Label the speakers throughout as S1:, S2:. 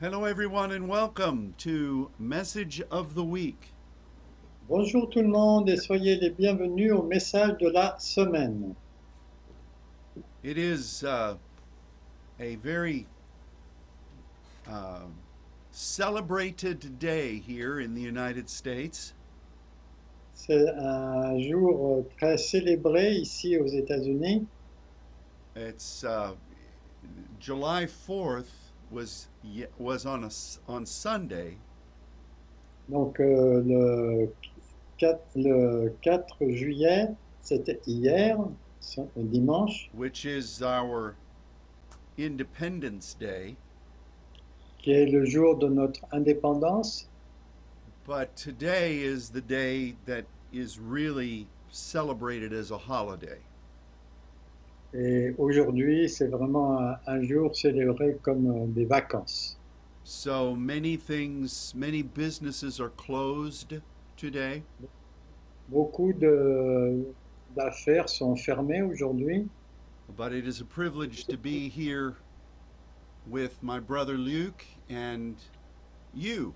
S1: Hello, everyone, and welcome to Message of the Week.
S2: Bonjour tout le monde et soyez les bienvenus au message de la semaine.
S1: It is uh, a very uh, celebrated day here in the United States.
S2: C'est un jour euh, très célébré ici aux États-Unis.
S1: It's uh, July 4th was ye- was on a s on Sunday,
S2: Donc euh, le, 4, le 4 juillet, c'était hier, ce- dimanche,
S1: which is our Independence Day.
S2: qui est le jour de notre indépendance.
S1: But today is the day that is really celebrated as a holiday.
S2: Et aujourd'hui, c'est vraiment un, un jour célébré comme euh, des vacances.
S1: So many things, many businesses are closed today.
S2: Beaucoup de- d'affaires sont fermées aujourd'hui.
S1: But it is a privilege to be here with my brother Luke and you.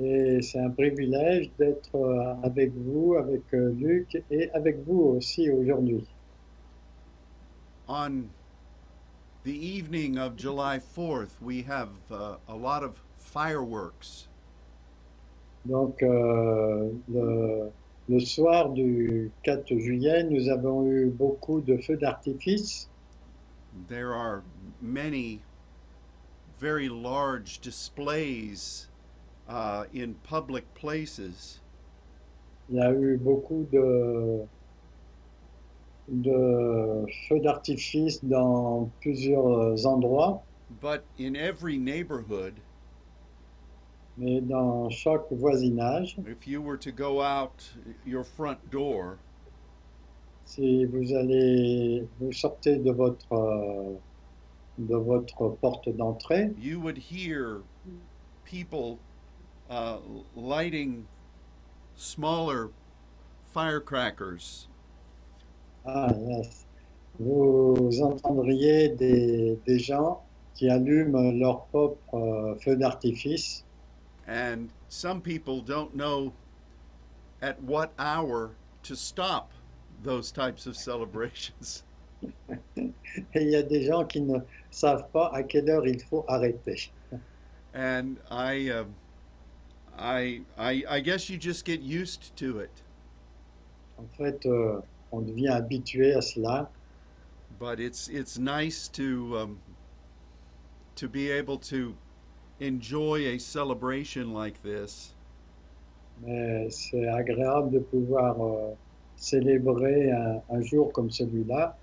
S2: Et c'est un privilège d'être euh, avec vous, avec euh, Luc et avec vous aussi aujourd'hui.
S1: On the evening of July 4th, we have uh, a lot of fireworks.
S2: Donc, euh, le, le soir du 4 juillet, nous avons eu beaucoup de feux d'artifice.
S1: There are many very large displays uh, in public places.
S2: Il y a eu beaucoup de, de feux d'artifice dans plusieurs endroits,
S1: But in every neighborhood,
S2: mais dans chaque voisinage.
S1: if you were to go out your front door,
S2: Si vous allez, vous sortez de votre, euh, de votre porte d'entrée,
S1: you would hear people uh, lighting smaller firecrackers
S2: ah, yes, vous entendriez des, des gens qui allument leur propre euh, feu d'artifice.
S1: and some people don't know at what hour to stop those types of celebrations
S2: Et il y a des gens qui ne savent pas à quelle heure il faut arrêter.
S1: and i uh, I, I i guess you just get used to it
S2: En fait, euh, on devient habitué à cela.
S1: but it's it's nice to um, to be able to enjoy a celebration like this
S2: Mais c'est agréable de pouvoir euh, célébrer un, un jour comme celui-là.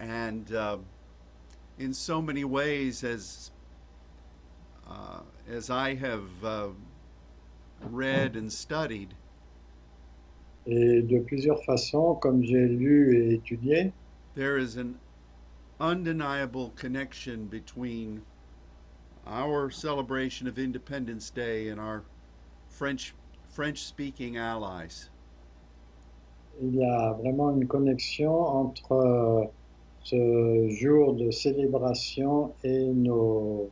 S1: and uh, in so many ways as uh, as I have uh, read and studied,
S2: Et de plusieurs façons, comme j'ai lu et étudié,
S1: there is an undeniable connection between our celebration of Independence Day and our French French speaking allies.
S2: il y a vraiment une connexion entre euh, ce jour de célébration et nos,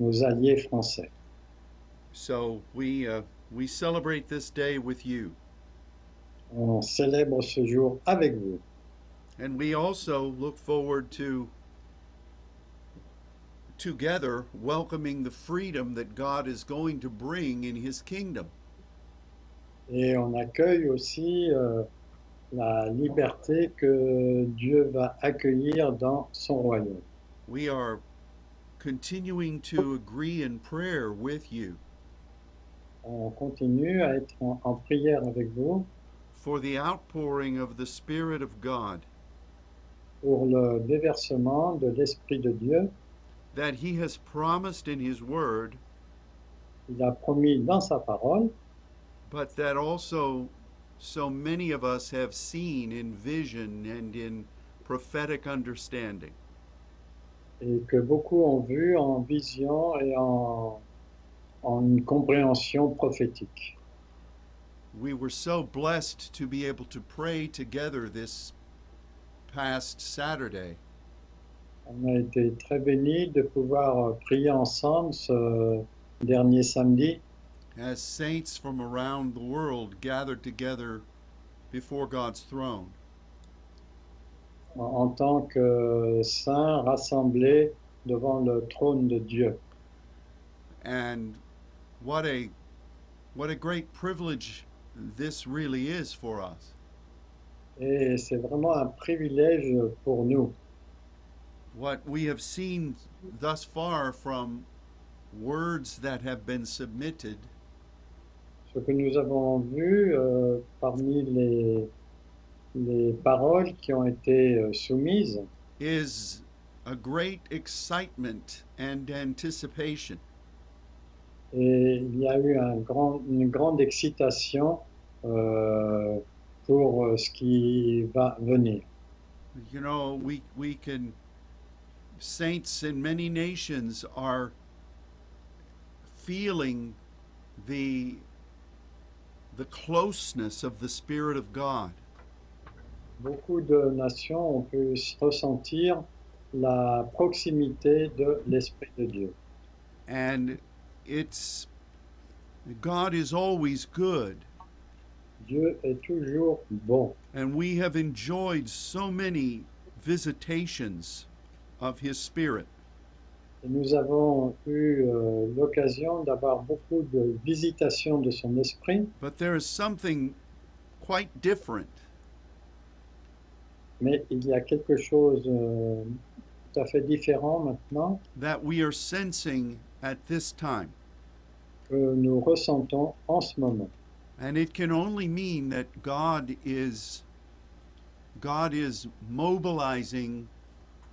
S2: nos alliés français.
S1: So we uh, we celebrate this day with you,
S2: On célèbre ce jour avec vous.
S1: and we also look forward to together welcoming the freedom that God is going to bring in His kingdom.
S2: Et on accueille aussi euh, la liberté que Dieu va accueillir dans son royaume.
S1: We are continuing to agree in prayer with you
S2: On continue à être en, en prière avec vous
S1: for the outpouring of the Spirit of God
S2: pour le déversement de l'Esprit de Dieu.
S1: that He has promised in His Word,
S2: Il a promis dans sa parole,
S1: but that also so many of us have seen in vision and in prophetic understanding.
S2: et que beaucoup ont vu en vision et en, en une compréhension prophétique.
S1: We were so blessed to be able to pray together this past Saturday,
S2: On a été très bénis de pouvoir prier ensemble ce dernier samedi
S1: as saints from around the world gathered together before God's throne.
S2: en tant que saints rassemblés devant le trône de Dieu.
S1: And what a what a great privilege this really is for us.
S2: Et c'est vraiment un privilège pour nous.
S1: What we have seen thus far from words that have been submitted
S2: Ce que nous avons vu euh, parmi les, les paroles qui ont été euh, soumises,
S1: is a great excitement and anticipation.
S2: et il y a eu un grand, une grande excitation euh, pour euh, ce qui va venir.
S1: You know, we we can saints in many nations are feeling the the closeness of the spirit of God.
S2: Beaucoup de nations ont pu s- ressentir la proximité de l'Esprit de Dieu.
S1: And it's God is always good.
S2: Dieu est toujours bon.
S1: And we have enjoyed so many visitations of His Spirit.
S2: Et nous avons eu euh, l'occasion d'avoir beaucoup de visitations de son esprit,
S1: But there is something quite different
S2: mais il y a quelque chose euh, tout à fait différent maintenant
S1: that we are sensing at this time.
S2: que nous ressentons en ce moment.
S1: And it can only mean that God is God is mobilizing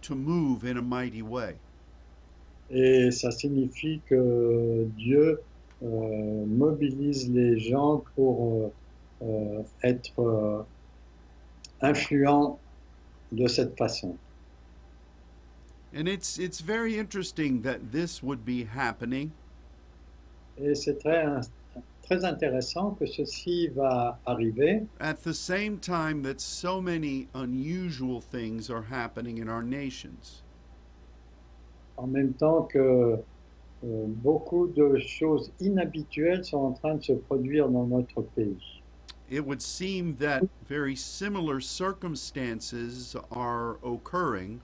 S1: to move in a mighty way.
S2: Et ça signifie que Dieu euh, mobilise les gens pour euh, euh, être euh, influents de cette façon.
S1: And it's it's very interesting that this would be happening
S2: Et c'est très, in- très intéressant que ceci va arriver.
S1: at the same time that so many unusual things are happening in our nations.
S2: en même temps que euh, beaucoup de choses inhabituelles sont en train de se produire dans notre pays.
S1: It would seem that very similar circumstances are occurring,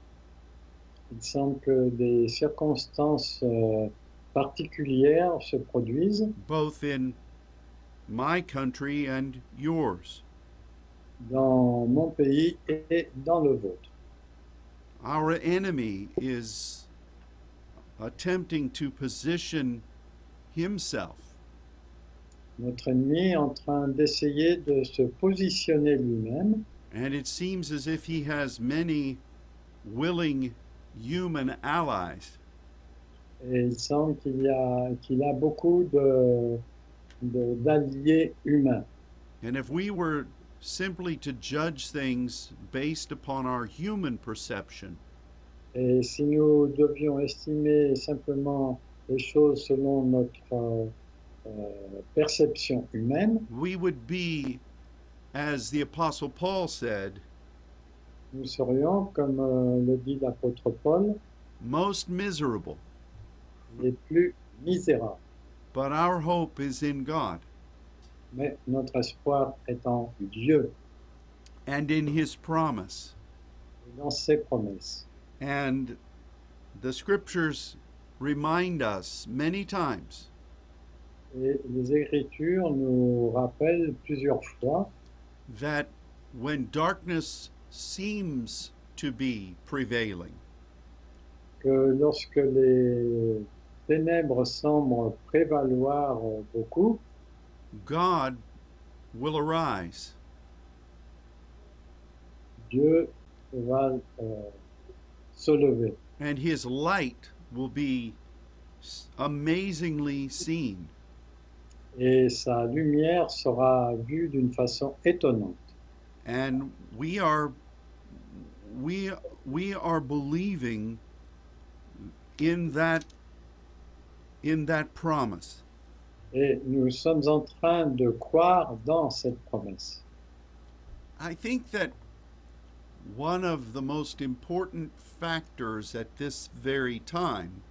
S2: Il semble que des circonstances euh, particulières se produisent
S1: both in my country and yours.
S2: dans mon pays et dans le vôtre.
S1: Our enemy is attempting to position himself
S2: Notre ennemi est en train d'essayer de se positionner lui-même
S1: And it seems as if he has many willing human allies.
S2: et il semble qu'il y a, qu'il a beaucoup de- de- d'alliés humains.
S1: And if we were simply to judge things based upon our human perception,
S2: Et si nous devions estimer simplement les choses selon notre euh, euh, perception humaine,
S1: we would be, as the Apostle Paul said,
S2: nous serions, comme euh, le dit l'apôtre Paul,
S1: most miserable.
S2: les plus misérables.
S1: But our hope is in God
S2: Mais notre espoir est en Dieu
S1: and in his promise.
S2: et dans ses promesses.
S1: And the scriptures remind us many times
S2: Et les Écritures nous rappellent plusieurs fois
S1: that when darkness seems to be prevailing,
S2: que lorsque les ténèbres semblent prévaloir euh, beaucoup,
S1: God will arise.
S2: Dieu va euh, se lever.
S1: and his light will be s- amazingly seen.
S2: et sa lumière sera vue d'une façon étonnante.
S1: And we are we we are believing in that in that promise.
S2: Et nous sommes en train de croire dans cette promesse.
S1: I think that one of the most important factors at this very time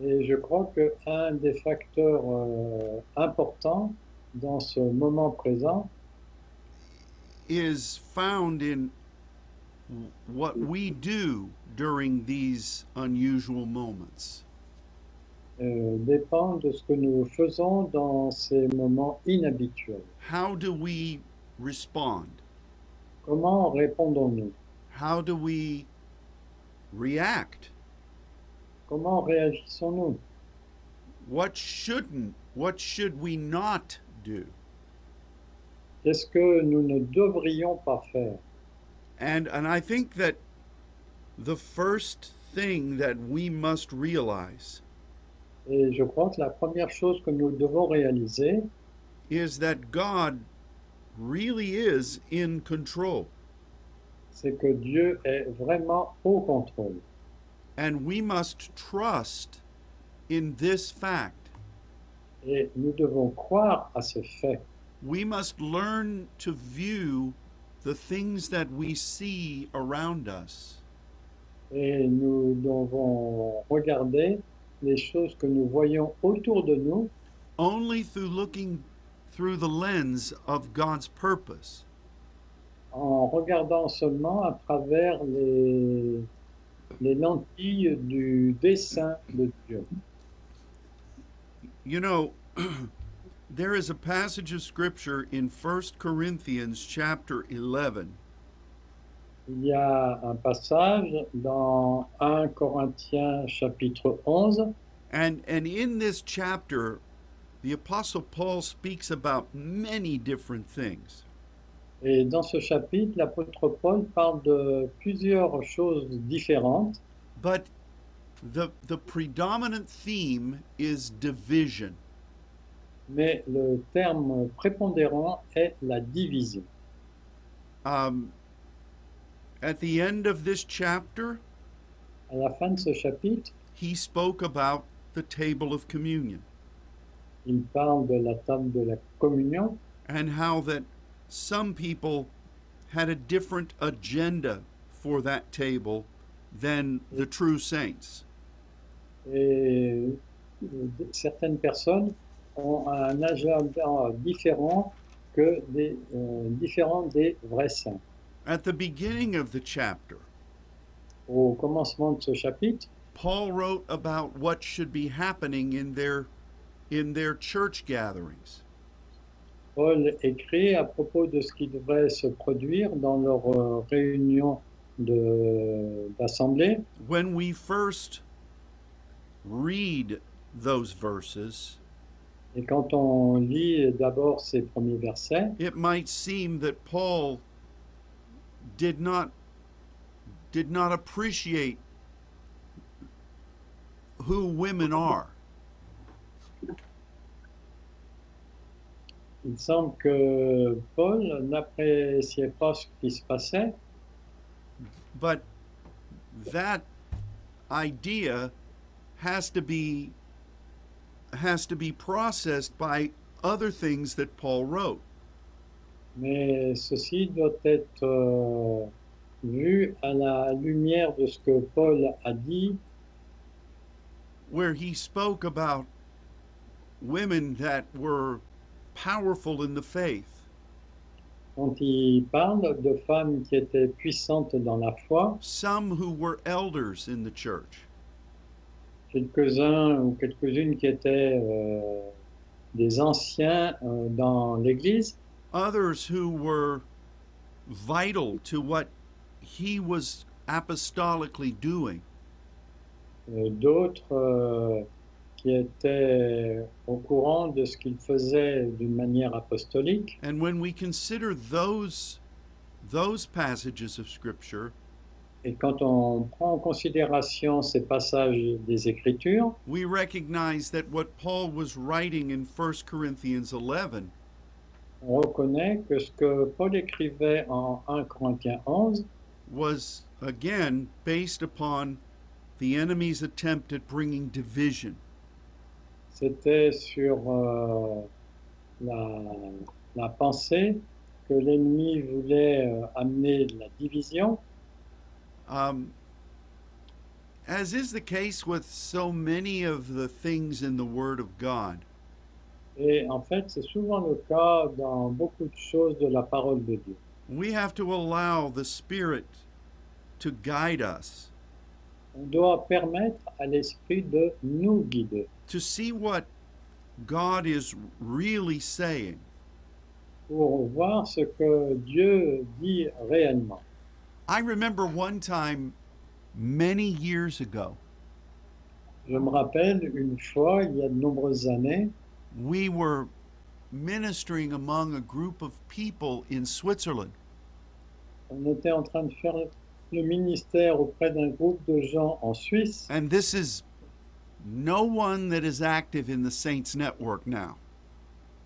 S2: Et je crois qu'un des facteurs euh, importants dans ce moment présent
S1: is found in what we do during these unusual moments.
S2: euh, dépend de ce que nous faisons dans ces moments inhabituels.
S1: How do we respond?
S2: Comment répondons-nous
S1: How do we react?
S2: Comment réagissons-nous
S1: What shouldn't, what should we not do?
S2: Qu'est-ce que nous ne devrions pas faire
S1: And and I think that the first thing that we must realize
S2: Et je crois que la première chose que nous devons réaliser,
S1: is that God really is in control
S2: c'est que Dieu est vraiment au contrôle.
S1: and we must trust in this fact.
S2: Et nous devons croire à ce fait.
S1: We must learn to view the things that we see around us
S2: Et nous devons regarder les choses que nous voyons autour de nous
S1: only through looking through the lens of God's purpose.
S2: en regardant seulement à travers les, les lentilles du dessein de Dieu.
S1: You know, there is a passage of scripture in 1 Corinthians chapter 11
S2: Il y a un passage dans 1 Corinthiens chapitre 11
S1: and and in this chapter the apostle Paul speaks about many different things.
S2: et dans ce chapitre, l'apôtre Paul parle de plusieurs choses différentes,
S1: But the the predominant theme is division.
S2: mais le terme prépondérant est la division.
S1: Um, at the end of this chapter,
S2: À la fin de ce chapitre,
S1: he spoke about the table of communion
S2: il parle de la table de la communion
S1: and how that some people had a different agenda for that table than the true saints.
S2: et euh, certaines personnes ont un agenda différent que des, euh, différent des vrais saints.
S1: At the beginning of the chapter,
S2: Au commencement de ce chapitre,
S1: Paul wrote about what should be happening in their in their church gatherings.
S2: Paul écrit à propos de ce qui devrait se produire dans leur euh, réunion de- d'assemblée.
S1: when we first read those verses,
S2: Et quand on lit d'abord ces premiers versets,
S1: it might seem that Paul did not did not appreciate who women are.
S2: il semble que Paul n'appréciait pas ce qui se passait,
S1: But that idea has to be has to be processed by other things that Paul wrote.
S2: mais ceci doit être euh, vu à la lumière de ce que Paul a dit,
S1: where he spoke about women that were powerful in the faith,
S2: quand il parle de femmes qui étaient puissantes dans la foi,
S1: some who were elders in the church,
S2: quelques-uns ou quelques-unes qui étaient euh, des anciens euh, dans l'Église,
S1: others who were vital to what he was apostolically doing.
S2: euh, d'autres euh, qui étaient au courant de ce qu'ils faisaient d'une manière apostolique.
S1: And when we consider those those passages of scripture,
S2: Et quand on prend en considération ces passages des Écritures,
S1: we recognize that what Paul was writing in 1 Corinthians 11
S2: on reconnaît que ce que Paul écrivait en 1 Corinthiens 11
S1: was again based upon the enemy's attempt at bringing division.
S2: c'était sur euh, la, la pensée que l'ennemi voulait euh, amener de la division,
S1: Um, as is the case with so many of the things in the Word of God,
S2: et en fait c'est souvent le cas dans beaucoup de choses de la parole de Dieu.
S1: we have to allow the Spirit to guide us,
S2: On doit permettre à l'Esprit de nous guider,
S1: to see what God is really saying.
S2: pour voir ce que Dieu dit réellement.
S1: I remember one time many years ago,
S2: Je me rappelle une fois, il y a de nombreuses années,
S1: we were ministering among a group of people in Switzerland,
S2: on était en train de faire le ministère auprès d'un groupe de gens en Suisse.
S1: and this is no one that is active in the Saints Network now.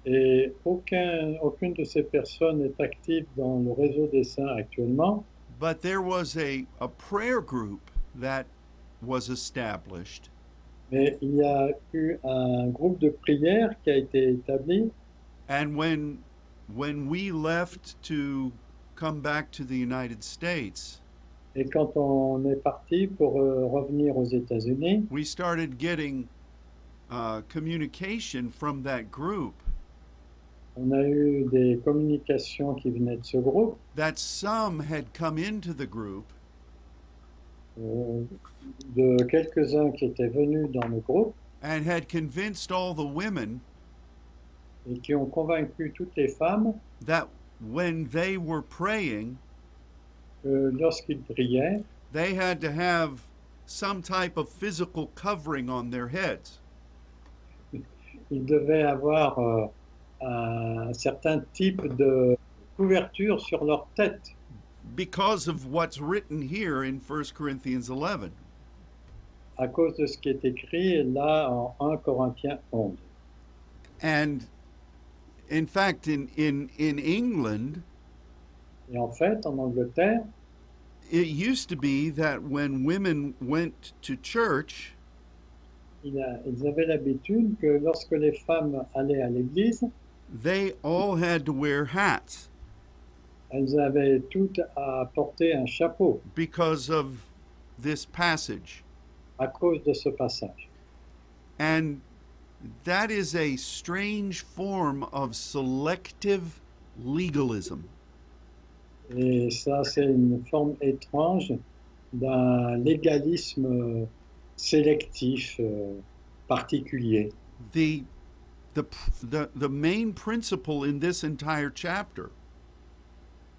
S2: Et aucun, aucune de ces personnes n'est active dans le réseau des saints actuellement,
S1: But there was a, a prayer group that was established,
S2: mais il y a eu un groupe de prière qui a été établi.
S1: and when when we left to come back to the United States,
S2: Et quand on est parti pour euh, revenir aux États-Unis,
S1: we started getting uh, communication from that group
S2: on a eu des communications qui venaient de ce groupe.
S1: that some had come into the group
S2: euh, de quelques-uns qui étaient venus dans le groupe
S1: and had convinced all the women
S2: et qui ont convaincu toutes les femmes
S1: that when they were praying,
S2: que euh, lorsqu'ils priaient,
S1: they had to have some type of physical covering on their heads.
S2: ils devaient avoir euh, un certain type de couverture sur leur tête
S1: because of what's written here in 1 Corinthians 11.
S2: à cause de ce qui est écrit là en 1 Corinthiens 11.
S1: And in fact, in, in, in England,
S2: Et en fait, en Angleterre,
S1: it used to be that when women went to church,
S2: il a- ils avaient l'habitude que lorsque les femmes allaient à l'église,
S1: they all had to wear hats
S2: elles avaient toutes à porter un chapeau
S1: because of this passage.
S2: à cause de ce passage.
S1: And that is a strange form of selective legalism.
S2: Et ça, c'est une forme étrange d'un légalisme euh, sélectif euh, particulier.
S1: The, the, the, the main principle in this entire chapter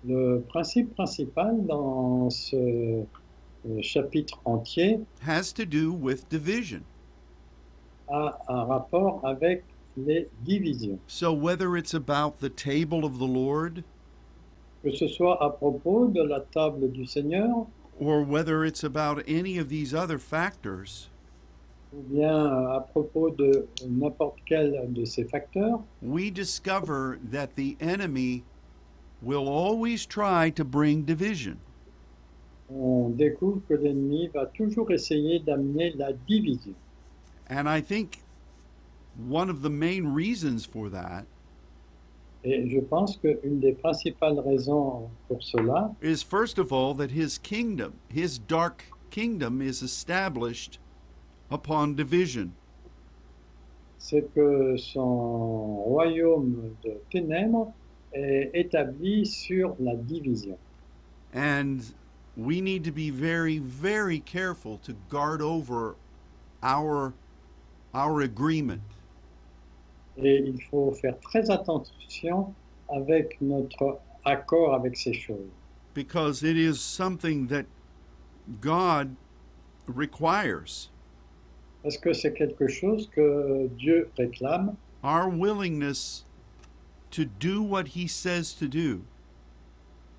S2: Le principe principal dans ce euh, chapitre entier
S1: has to do with division.
S2: a un rapport avec les divisions,
S1: So, whether it's about the table of the Lord,
S2: que ce soit à propos de la table du Seigneur
S1: or whether it's about any of these other factors,
S2: ou bien euh, à propos de n'importe quel de ces facteurs,
S1: we discover that the enemy will always try to bring division.
S2: on découvre que l'ennemi va toujours essayer d'amener la division.
S1: And I think one of the main reasons for that
S2: Et je pense qu'une des principales raisons pour cela,
S1: is, first of all, that his kingdom, his dark kingdom, is established upon division.
S2: c'est que son royaume de ténèbres est établi sur la division.
S1: And we need to be very, very careful to guard over our our agreement.
S2: Et il faut faire très attention avec notre accord avec ces choses.
S1: Because it is something that God requires.
S2: Parce que c'est quelque chose que Dieu réclame,
S1: Our willingness to do what he says to do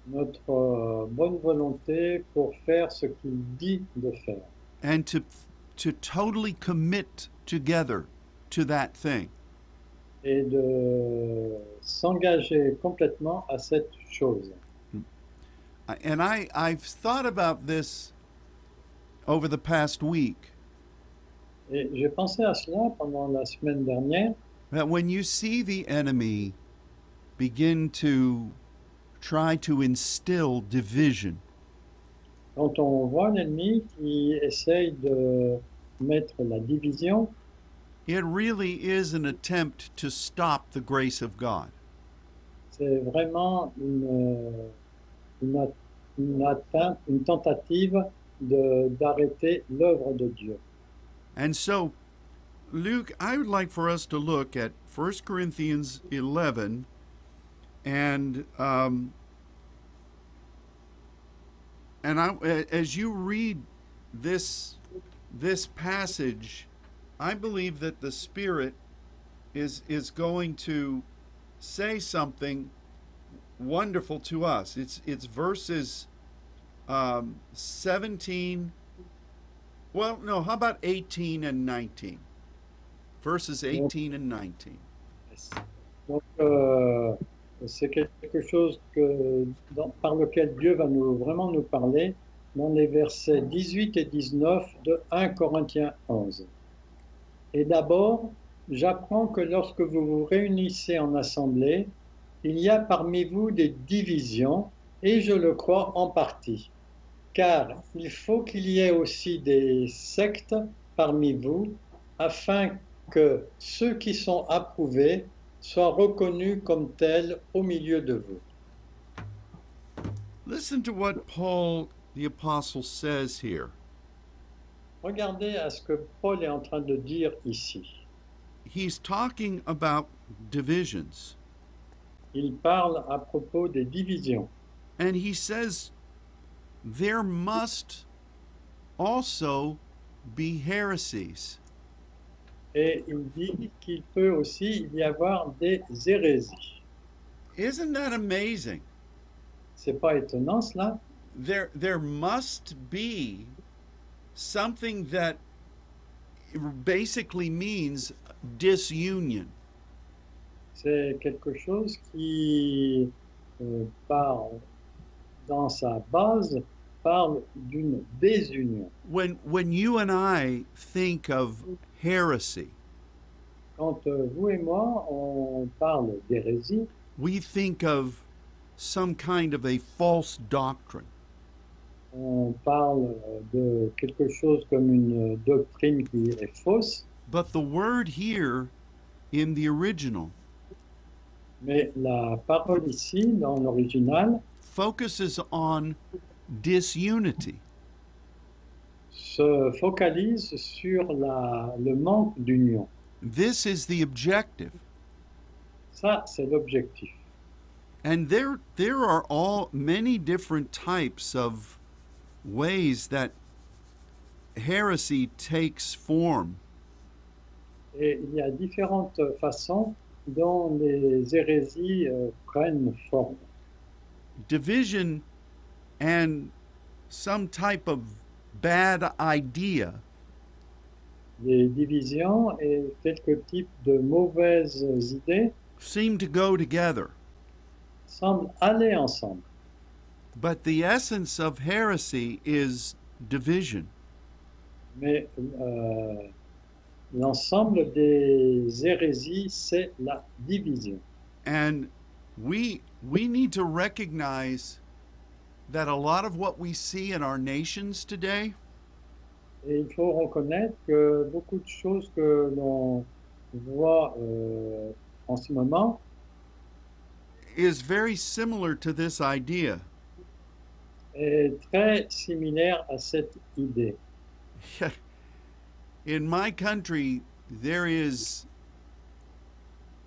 S2: notre euh, bonne volonté pour faire ce qu'il dit de faire
S1: and to to totally commit together to that thing.
S2: et de s'engager complètement à cette chose.
S1: And I, I've thought about this over the past week.
S2: Et j'ai pensé à cela pendant la semaine dernière.
S1: that when you see the enemy begin to try to instill division.
S2: Quand on voit un ennemi qui essaye de mettre la division,
S1: It really is an attempt to stop the grace of God.
S2: c'est vraiment une, une at- une atteinte, une tentative de- d'arrêter l'œuvre de Dieu.
S1: And so, Luke, I would like for us to look at 1 Corinthians 11 and um, and I, a- as you read this this passage, I believe that the Spirit is is going to say something wonderful to us. It's it's verses um, 17 well, no, how about 18 and 19? Verses 18 and 19.
S2: Donc, euh, c'est quelque chose que, dans- par lequel Dieu va nous, vraiment nous parler dans les versets 18 et 19 de 1 Corinthiens 11. Et d'abord, j'apprends que lorsque vous vous réunissez en assemblée, il y a parmi vous des divisions, et je le crois en partie. Car il faut qu'il y ait aussi des sectes parmi vous, afin que ceux qui sont approuvés soient reconnus comme tels au milieu de vous.
S1: Listen to what Paul the Apostle says here.
S2: Regardez à ce que Paul est en train de dire ici.
S1: He's talking about divisions,
S2: Il parle à propos des divisions.
S1: and he says there must also be heresies.
S2: Et il dit qu'il peut aussi y avoir des hérésies.
S1: Isn't that amazing?
S2: C'est pas étonnant cela.
S1: There, there must be something that basically means disunion.
S2: C'est quelque chose qui, euh, par- dans sa base, parle d'une désunion.
S1: when when you and I think of heresy,
S2: Quand euh, vous et moi, on parle d'hérésie,
S1: we think of some kind of a false doctrine.
S2: on parle euh, de quelque chose comme une euh, doctrine qui est fausse,
S1: But the word here in the original
S2: mais la parole ici, dans l'original,
S1: focuses on disunity.
S2: se focalise sur la- le manque d'union.
S1: This is the objective.
S2: Ça, c'est l'objectif.
S1: And there there are all many different types of ways that heresy takes form.
S2: Et il y a différentes façons dont les hérésies euh, prennent forme.
S1: division and some type of bad idea
S2: Les divisions et quelques types de mauvaises idées
S1: seem to go together.
S2: semblent aller ensemble.
S1: But the essence of heresy is division.
S2: Mais euh, l'ensemble des hérésies, c'est la division.
S1: And we we need to recognize that a lot of what we see in our nations today
S2: Et il faut reconnaître que beaucoup de choses que l'on voit euh, en ce moment
S1: is very similar to this idea.
S2: est très similaire à cette idée.
S1: in my country, there is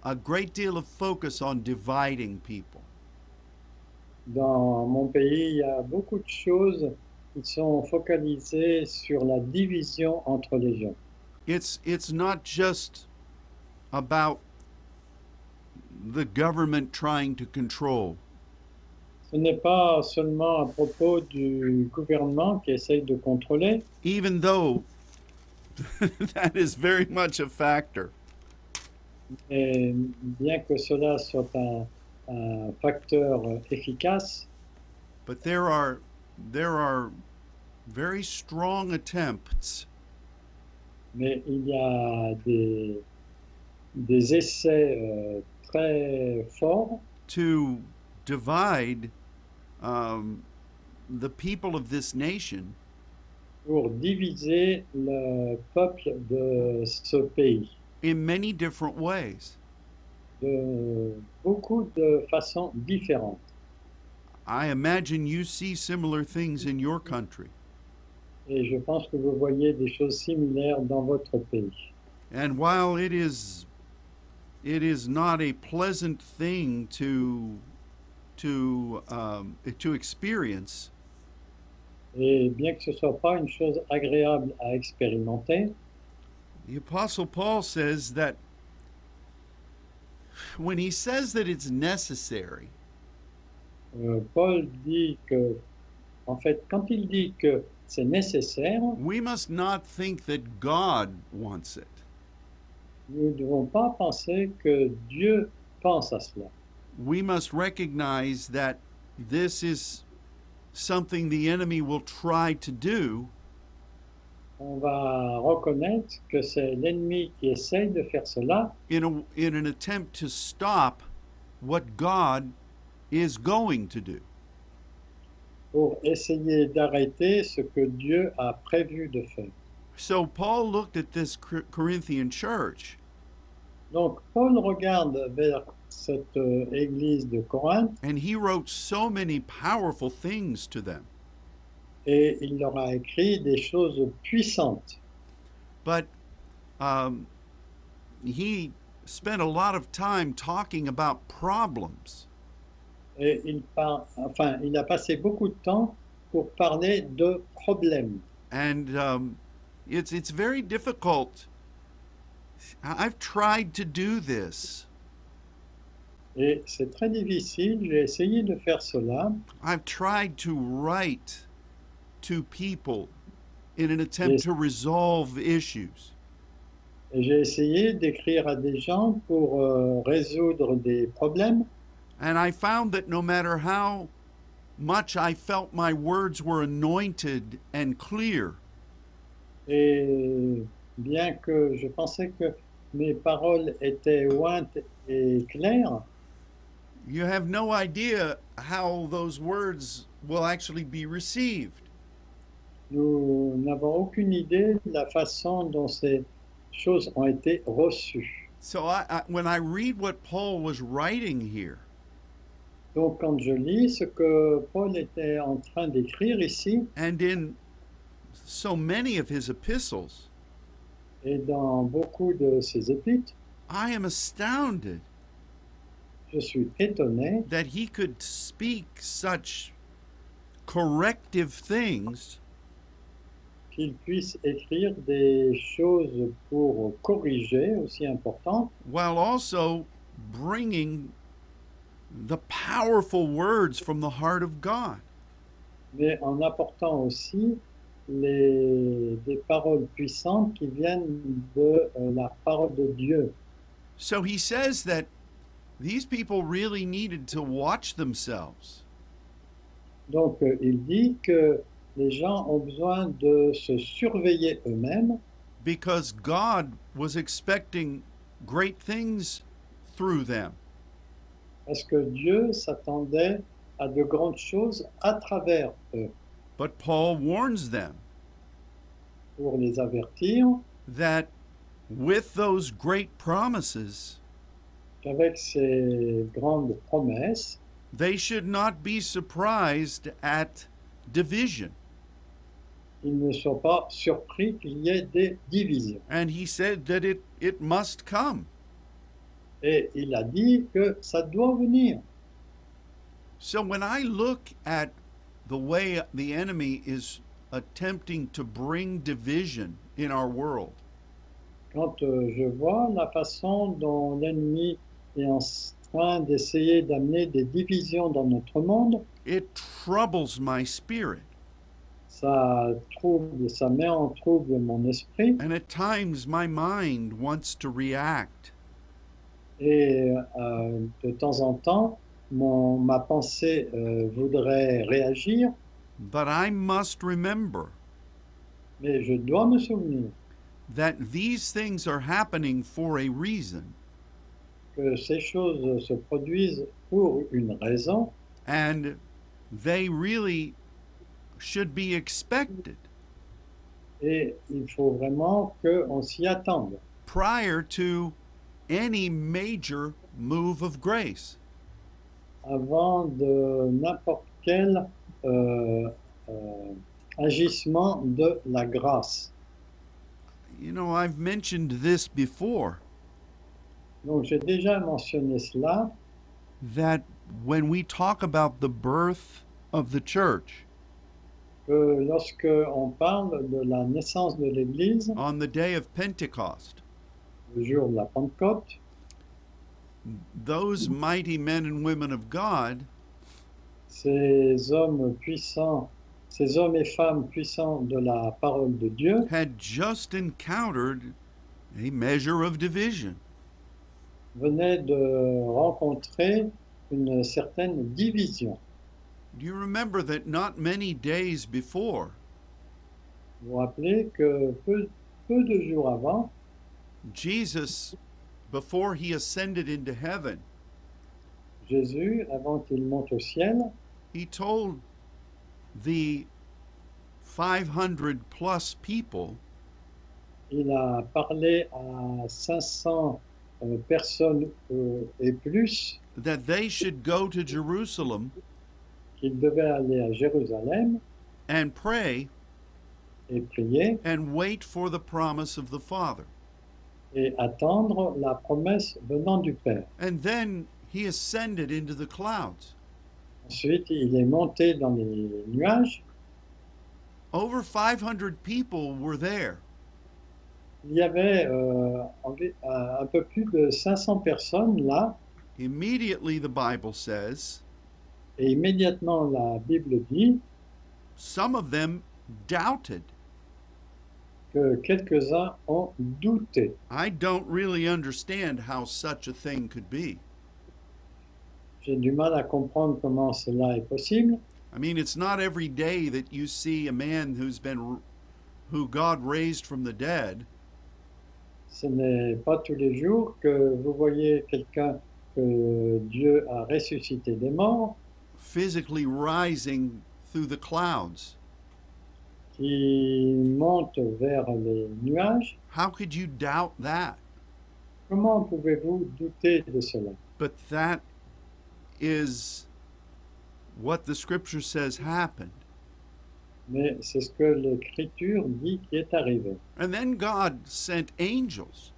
S1: a great deal of focus on dividing people.
S2: Dans mon pays, il y a beaucoup de choses qui sont focalisées sur la division entre les gens.
S1: it's it's not just about the government trying to control
S2: Ce n'est pas seulement à propos du gouvernement qui essaye de contrôler,
S1: even though that is very much a factor
S2: Et bien que cela soit un, un facteur euh, efficace,
S1: but there are there are very strong attempts
S2: mais il y a des, des essais euh, très forts
S1: to divide um, the people of this nation
S2: pour diviser le peuple de ce pays
S1: in many different ways.
S2: de beaucoup de façons différentes.
S1: I imagine you see similar things in your country.
S2: Et je pense que vous voyez des choses similaires dans votre pays.
S1: And while it is it is not a pleasant thing to to um, to experience,
S2: Et bien que ce ne soit pas une chose agréable à expérimenter,
S1: the apostle Paul says that when he says that it's necessary,
S2: euh, Paul dit que, en fait, quand il dit que c'est nécessaire,
S1: we must not think that God wants it.
S2: nous ne devons pas penser que Dieu pense à cela.
S1: We must recognize that this is something the enemy will try to do
S2: On va reconnaître que c'est l'ennemi qui essaye de faire cela
S1: in a, in an attempt to stop what God is going to do.
S2: pour essayer d'arrêter ce que Dieu a prévu de faire.
S1: So Paul looked at this Cor- Corinthian church
S2: Donc Paul regarde vers cette euh, église de Corinthe
S1: and he wrote so many powerful things to them.
S2: et il leur a écrit des choses puissantes.
S1: But um, he spent a lot of time talking about problems.
S2: Et il, par- enfin, il a passé beaucoup de temps pour parler de problèmes.
S1: And um, it's, it's very difficult. I- I've tried to do this.
S2: Et c'est très difficile, j'ai essayé de faire cela,
S1: I've tried to write to people in an attempt
S2: Yes.
S1: to resolve issues.
S2: et j'ai essayé d'écrire à des gens pour euh, résoudre des problèmes,
S1: And I found that no matter how much I felt my words were anointed and clear,
S2: et bien que je pensais que mes paroles étaient ointes et claires,
S1: you have no idea how those words will actually be received.
S2: Nous n'avons aucune idée de la façon dont ces choses ont été reçues.
S1: So I, I, when I read what Paul was writing here,
S2: Donc quand je lis ce que Paul était en train d'écrire ici,
S1: and in so many of his epistles,
S2: et dans beaucoup de ses épîtres,
S1: I am astounded
S2: je suis étonné
S1: that he could speak such corrective things
S2: qu'il puisse écrire des choses pour corriger, aussi important,
S1: while also bringing the powerful words from the heart of God.
S2: mais en apportant aussi les- des paroles puissantes qui viennent de euh, la parole de Dieu.
S1: So he says that these people really needed to watch themselves
S2: Donc, euh, il dit que les gens ont besoin de se surveiller eux-mêmes
S1: because God was expecting great things through them.
S2: parce que Dieu s'attendait à de grandes choses à travers eux
S1: But Paul warns them
S2: pour les avertir
S1: that with those great promises,
S2: qu'avec ces grandes promesses,
S1: they should not be surprised at division.
S2: ils ne sont pas surpris qu'il y ait des divisions.
S1: And he said that it, it must come.
S2: Et il a dit que ça doit venir.
S1: So when I look at the way the enemy is attempting to bring division in our world,
S2: Quand euh, je vois la façon dont l'ennemi est en train d'essayer d'amener des divisions dans notre monde,
S1: it troubles my spirit.
S2: ça trouble, ça met en trouble mon esprit
S1: And at times my mind wants to react.
S2: et euh, de temps en temps, mon, ma pensée euh, voudrait réagir,
S1: But I must remember
S2: mais je dois me souvenir
S1: that these things are happening for a reason.
S2: que ces choses se produisent pour une raison
S1: and they really should be expected
S2: Et il faut vraiment qu'on s'y attende
S1: prior to any major move of grace.
S2: avant de n'importe quel euh, euh, agissement de la grâce.
S1: You know, I've mentioned this before
S2: Donc j'ai déjà mentionné cela,
S1: that when we talk about the birth of the church
S2: que lorsque on parle de la naissance de l'Église,
S1: on the day of Pentecost,
S2: le jour de la Pentecôte,
S1: those mighty men and women of God
S2: ces hommes puissants, ces hommes et femmes puissants de la parole de Dieu
S1: had just encountered a measure of division.
S2: venaient de rencontrer une certaine division.
S1: Do you remember that not many days before,
S2: Vous vous rappelez que peu, peu de jours avant,
S1: Jesus, before he ascended into heaven,
S2: Jésus, avant qu'il monte au ciel,
S1: he told the 500 plus people
S2: il a parlé à 500 euh, personnes euh, et plus
S1: that they should go to Jerusalem
S2: qu'ils devaient aller à Jérusalem
S1: and pray
S2: et prier
S1: and wait for the promise of the Father.
S2: et attendre la promesse venant du Père.
S1: And then he ascended into the clouds.
S2: Ensuite, il est monté dans les nuages.
S1: Over 500 people were there,
S2: Il y avait euh, envi- un un peu plus de 500 personnes là
S1: immediately the Bible says,
S2: Et immédiatement, la Bible dit
S1: some of them doubted.
S2: que quelques-uns ont douté.
S1: I don't really understand how such a thing could be.
S2: J'ai du mal à comprendre comment cela est possible.
S1: I mean, it's not every day that you see a man who's been, who God raised from the dead,
S2: Ce n'est pas tous les jours que vous voyez quelqu'un que Dieu a ressuscité des morts,
S1: physically rising through the clouds.
S2: qui monte vers les nuages.
S1: How could you doubt that?
S2: Comment pouvez-vous douter de cela
S1: But that is what the scripture says happened.
S2: Mais c'est ce que l'Écriture dit qui est arrivé.
S1: And then God sent angels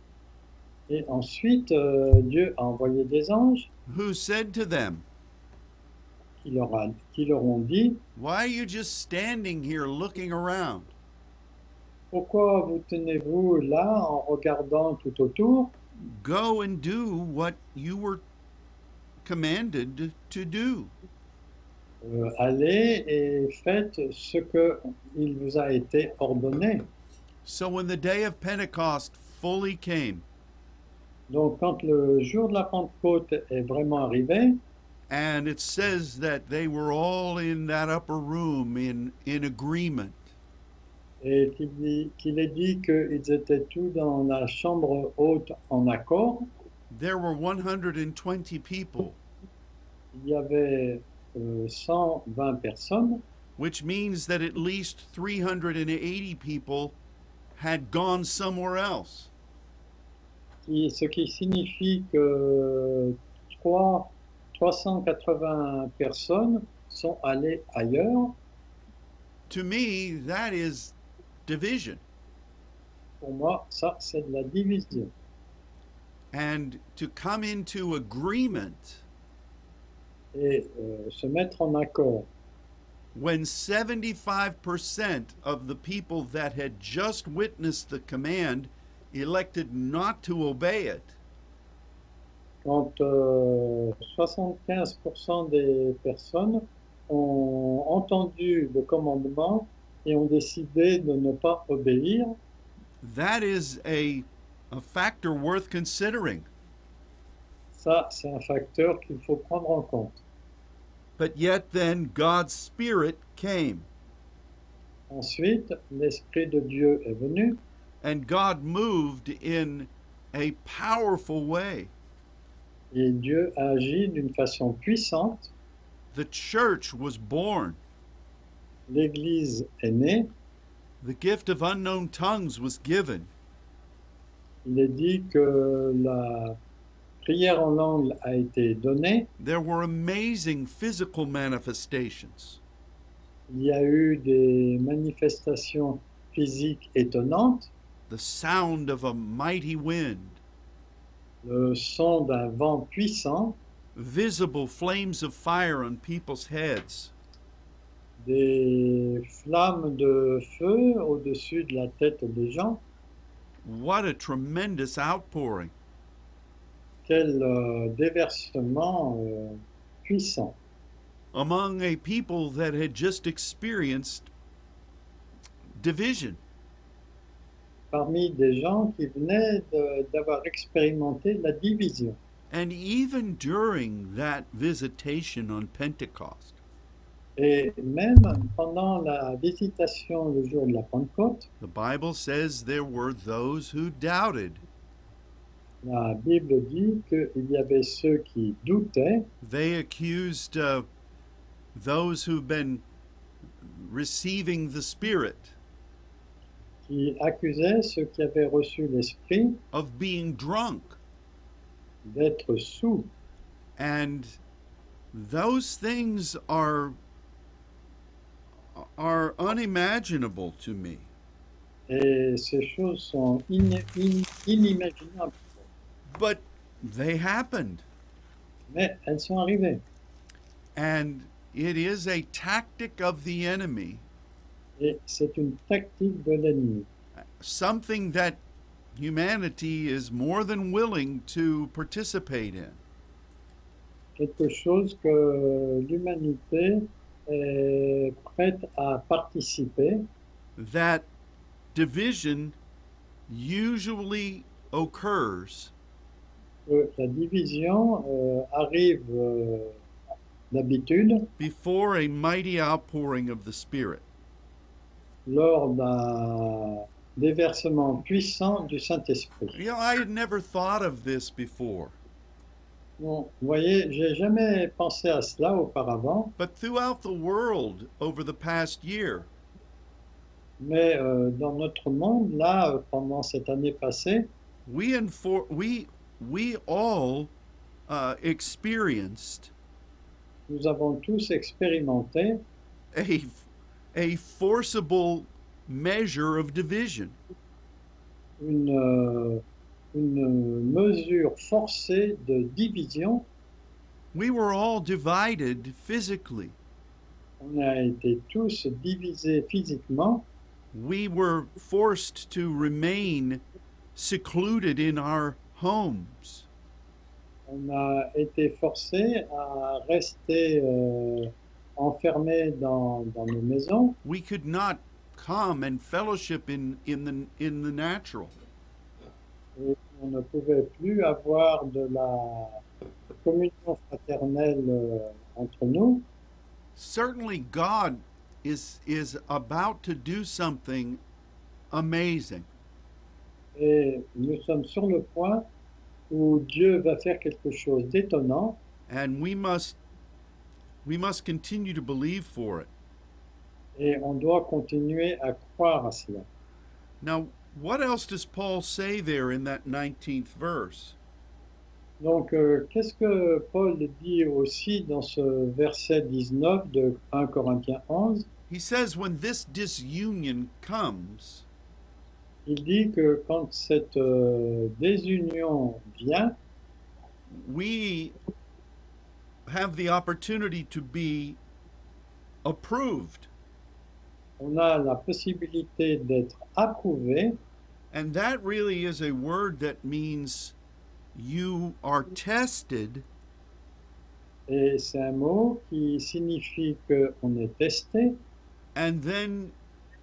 S2: Et ensuite, euh, Dieu a envoyé des anges
S1: who said to them,
S2: qui leur, a- qui leur ont dit
S1: Why are you just standing here looking around?
S2: Pourquoi vous tenez-vous là en regardant tout autour
S1: Go and do what you were commanded to do.
S2: Euh, Allez et faites ce que il vous a été ordonné.
S1: So when the day of Pentecost fully came
S2: Donc quand le jour de la Pentecôte est vraiment arrivé,
S1: and it says that they were all in that upper room in in agreement.
S2: et qu'il dit- qu'il est dit qu'ils étaient tous dans la chambre haute en accord,
S1: There were 120 people,
S2: il y avait euh, 120 personnes,
S1: which means that at least 380 people had gone somewhere else.
S2: qui- ce qui signifie que trois- 380 personnes sont allées ailleurs.
S1: To me, that is division.
S2: Pour moi, ça, c'est de la division.
S1: And to come into agreement
S2: Et euh, se mettre en accord.
S1: when 75% of the people that had just witnessed the command elected not to obey it,
S2: Quand euh, 75% des personnes ont entendu le commandement et ont décidé de ne pas obéir,
S1: that is a, a factor worth considering.
S2: ça, c'est un facteur qu'il faut prendre en compte.
S1: But yet, then, God's Spirit came.
S2: Ensuite, l'Esprit de Dieu est venu
S1: and God moved in a powerful way.
S2: et Dieu a agi d'une façon puissante
S1: The church was born.
S2: L'Église est née.
S1: The gift of unknown tongues was given.
S2: Il est dit que la prière en langue a été donnée.
S1: There were amazing physical manifestations.
S2: Il y a eu des manifestations physiques étonnantes.
S1: The sound of a mighty wind,
S2: Le son d'un vent puissant,
S1: visible flames of fire on people's heads,
S2: des flammes de feu au-dessus de la tête des gens.
S1: What a tremendous outpouring.
S2: Quel euh, déversement euh, puissant
S1: among a people that had just experienced division.
S2: parmi des gens qui venaient de- d'avoir expérimenté la division.
S1: And even during that visitation on Pentecost,
S2: Et même pendant la visitation le jour de la Pentecôte,
S1: the Bible says there were those who doubted.
S2: la Bible dit qu'il y avait ceux qui doutaient,
S1: They accused uh, those who've been receiving the Spirit
S2: qui accusaient ceux qui avaient reçu l'Esprit
S1: of being drunk.
S2: d'être sous.
S1: And those things are are unimaginable to me.
S2: Et ces choses sont in- in- inimaginables,
S1: But they happened.
S2: mais elles sont arrivées.
S1: And it is a tactic of the enemy,
S2: Et c'est une tactique de l'ennemi,
S1: something that humanity is more than willing to participate in.
S2: quelque chose que l'humanité est prête à participer.
S1: That division usually occurs
S2: que la division euh, arrive euh, d'habitude
S1: before a mighty outpouring of the Spirit.
S2: lors d'un déversement puissant du Saint-Esprit.
S1: You know, I had never thought of this before,
S2: Bon, vous voyez, j'ai jamais pensé à cela auparavant,
S1: but throughout the world over the past year,
S2: mais euh, dans notre monde, là, euh, pendant cette année passée,
S1: we infor- we we all uh, experienced
S2: nous avons tous expérimenté
S1: a a forcible measure of division.
S2: une, euh, une mesure forcée de division.
S1: We were all divided physically.
S2: On a été tous divisés physiquement
S1: We were forced to remain secluded in our homes.
S2: on a été forcé à rester euh, enfermés dans, dans nos maisons.
S1: We could not come and fellowship in, in the in the natural.
S2: Et on ne pouvait plus avoir de la communion fraternelle euh, entre nous.
S1: Certainly God is is about to do something amazing.
S2: Et nous sommes sur le point où Dieu va faire quelque chose d'étonnant
S1: and we must we must continue to believe for it
S2: et on doit continuer à croire à cela.
S1: now what else does paul say there in that 19th verse
S2: Donc, euh, qu'est-ce que Paul dit aussi dans ce verset 19 de 1 Corinthiens 11
S1: he says when this disunion comes
S2: Il dit que quand cette euh, désunion vient,
S1: we have the opportunity to be approved
S2: on a la possibilité d'être approuvé.
S1: and that really is a word that means you are tested
S2: Et c'est un mot qui signifie qu'on est testé
S1: and then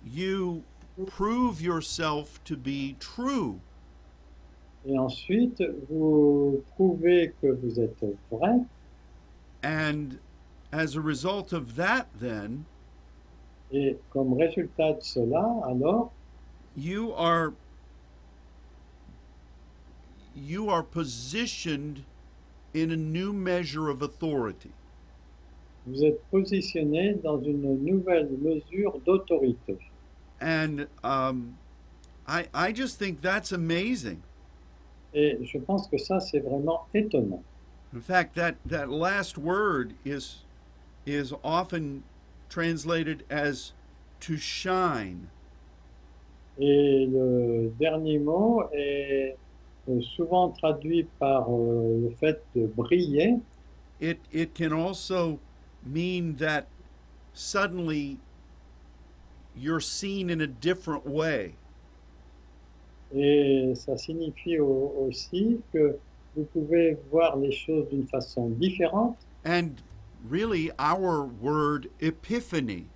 S1: you prove yourself to be true
S2: et ensuite vous prouvez que vous êtes vrai.
S1: And as a result of that, then,
S2: Et comme résultat de cela, alors,
S1: you are you are positioned in a new measure of authority.
S2: vous êtes positionné dans une nouvelle mesure d'autorité.
S1: And um, I, I just think that's amazing.
S2: Et je pense que ça, c'est vraiment étonnant.
S1: In fact, that, that last word is, is often translated as to shine.
S2: Et le dernier mot est euh, souvent traduit par euh, le fait de briller.
S1: It, it can also mean that suddenly you're seen in a different way.
S2: Et ça signifie au- aussi que vous pouvez voir les choses d'une façon différente.
S1: And really, our word epiphany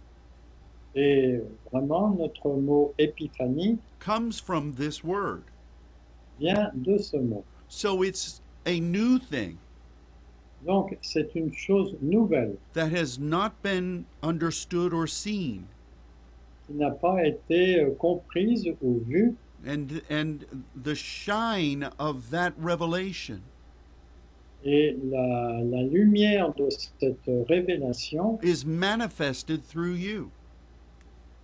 S2: Et vraiment, notre mot épiphanie
S1: comes from this word.
S2: vient de ce mot.
S1: So it's a new thing
S2: Donc, c'est une chose nouvelle
S1: that has not been understood or seen.
S2: qui n'a pas été euh, comprise ou vue.
S1: And, and the shine of that revelation
S2: Et la, la lumière de cette révélation
S1: is manifested through you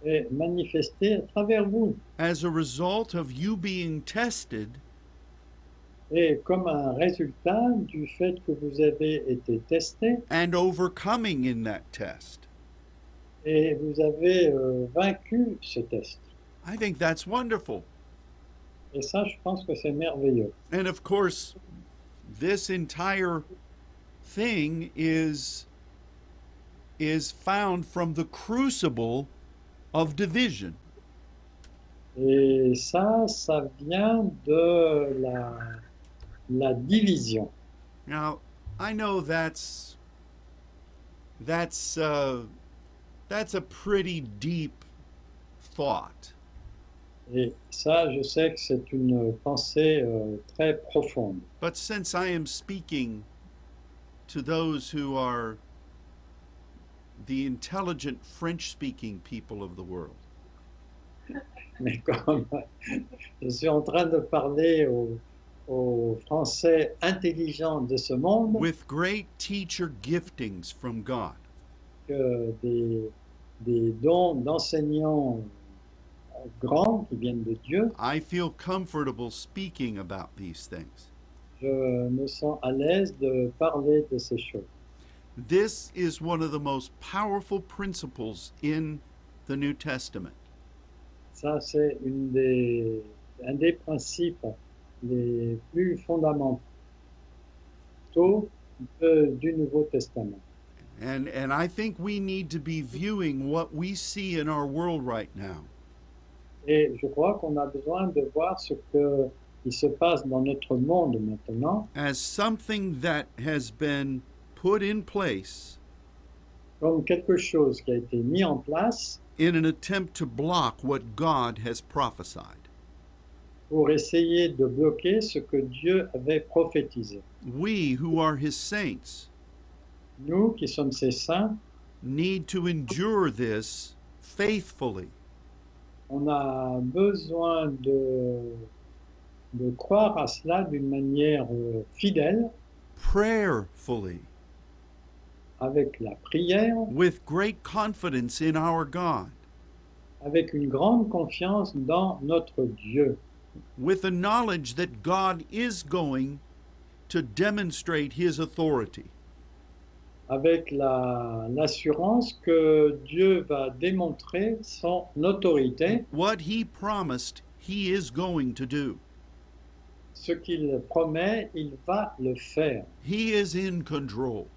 S2: est manifestée à travers vous.
S1: as a result of you being tested
S2: Et comme un résultat du fait que vous avez été testé
S1: and overcoming in that test.
S2: et vous avez euh, vaincu ce test.
S1: I think that's wonderful.
S2: Et ça, je pense que c'est merveilleux.
S1: And of course, this entire thing is is found from the crucible of division.
S2: Et ça, ça vient de la, la division.
S1: Now, I know that's that's uh, that's a pretty deep thought,
S2: Et ça, je sais que c'est une pensée euh, très profonde.
S1: but since I am speaking to those who are the intelligent French-speaking people of the world,
S2: Mais comme je suis en train de parler aux, aux Français intelligents de ce monde,
S1: with great teacher giftings from God.
S2: que des, des dons d'enseignants euh, grands qui viennent de Dieu,
S1: I feel comfortable speaking about these things.
S2: je me sens à l'aise de parler de ces choses.
S1: This is one of the most powerful principles in the New Testament.
S2: Ça, c'est une des, un des principes les plus fondamentaux de- du Nouveau Testament.
S1: And, and I think we need to be viewing what we see in our world right now
S2: Et je crois qu'on a besoin de voir ce que il se passe dans notre monde maintenant
S1: as something that has been put in place
S2: comme quelque chose qui a été mis en place
S1: in an attempt to block what God has prophesied.
S2: pour essayer de bloquer ce que Dieu avait prophétisé.
S1: We, who are his saints,
S2: Nous qui sommes ses saints,
S1: need to endure this faithfully.
S2: on a besoin de, de croire à cela d'une manière euh, fidèle,
S1: prayerfully
S2: avec la prière,
S1: with great confidence in our God,
S2: avec une grande confiance dans notre Dieu,
S1: with the knowledge that God is going to demonstrate his authority.
S2: avec la- l'assurance que Dieu va démontrer son autorité,
S1: What he promised, he is going to do.
S2: ce qu'il promet, il va le faire.
S1: He is in control.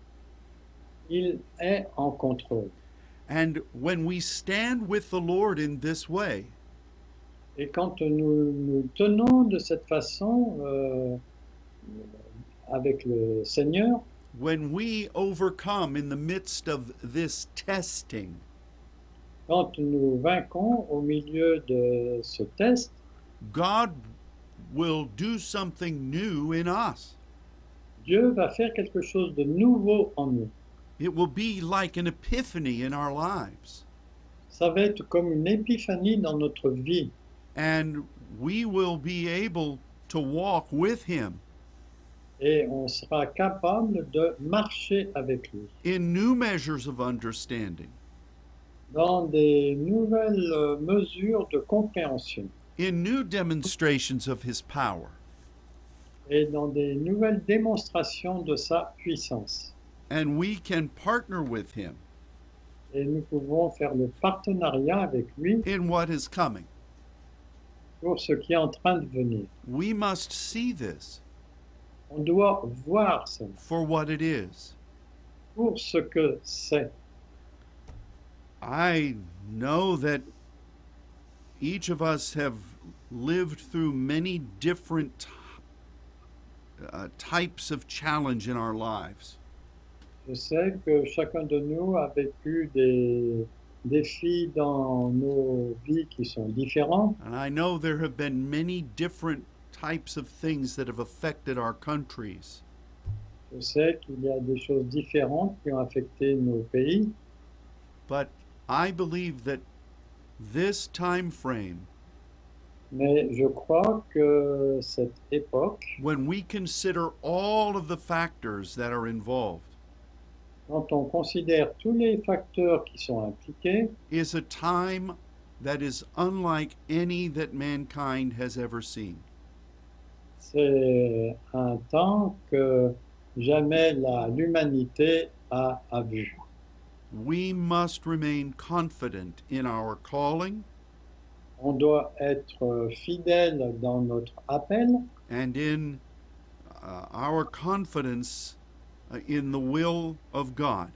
S2: Il est en contrôle.
S1: And when we stand with the Lord in this way,
S2: Et quand nous nous tenons de cette façon euh, avec le Seigneur,
S1: when we overcome in the midst of this testing,
S2: quand nous vainquons au milieu de ce test,
S1: God will do something new in us.
S2: Dieu va faire quelque chose de nouveau en nous.
S1: It will be like an epiphany in our lives.
S2: Ça va être comme une épiphanie dans notre vie
S1: And we will be able to walk with Him
S2: et on sera capable de marcher avec lui
S1: in new measures of understanding,
S2: dans des nouvelles euh, mesures de compréhension
S1: in new demonstrations of his power,
S2: et dans des nouvelles démonstrations de sa puissance.
S1: and we can partner with him
S2: Et nous pouvons faire le partenariat avec lui
S1: in what is coming.
S2: pour ce qui est en train de venir.
S1: We must see this
S2: On doit voir cela
S1: for what it is.
S2: pour ce que c'est.
S1: I know that each of us have lived through many different uh, types of challenge in our lives.
S2: Je sais que chacun de nous a vécu des défis dans nos vies qui sont différents.
S1: And I know there have been many different types of things that have affected our countries.
S2: Je sais qu'il y a des choses différentes qui ont affecté nos pays,
S1: But I believe that this time frame,
S2: mais je crois que cette époque,
S1: when we consider all of the factors that are involved,
S2: quand on considère tous les facteurs qui sont impliqués,
S1: is a time that is unlike any that mankind has ever seen.
S2: c'est un temps que jamais la- l'humanité a, a vu.
S1: We must remain confident in our calling
S2: On doit être fidèle dans notre appel
S1: and in uh, our confidence uh, in the will of God.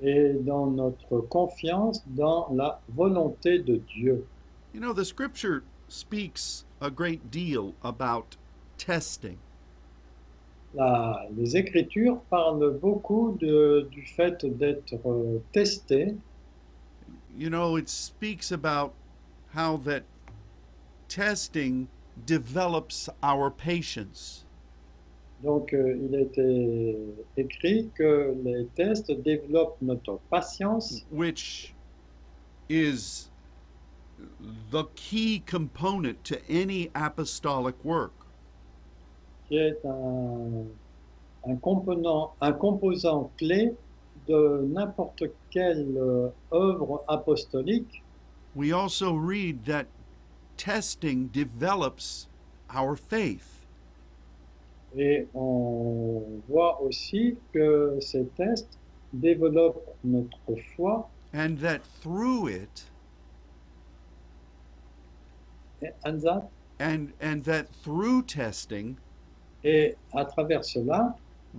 S2: et dans notre confiance dans la volonté de Dieu.
S1: You know, the scripture speaks a great deal about testing.
S2: La- les Écritures parlent beaucoup de- du fait d'être euh, testé.
S1: You know, it speaks about how that testing develops our patience.
S2: Donc, euh, il a été écrit que les tests développent notre patience,
S1: Mm. which is the key component to any apostolic work.
S2: qui est un, un component, un composant clé de n'importe quelle euh, œuvre apostolique.
S1: We also read that testing develops our faith.
S2: Et on voit aussi que ces tests développent notre foi
S1: And that through it,
S2: et, Hansa,
S1: and, and that through testing,
S2: et à travers cela,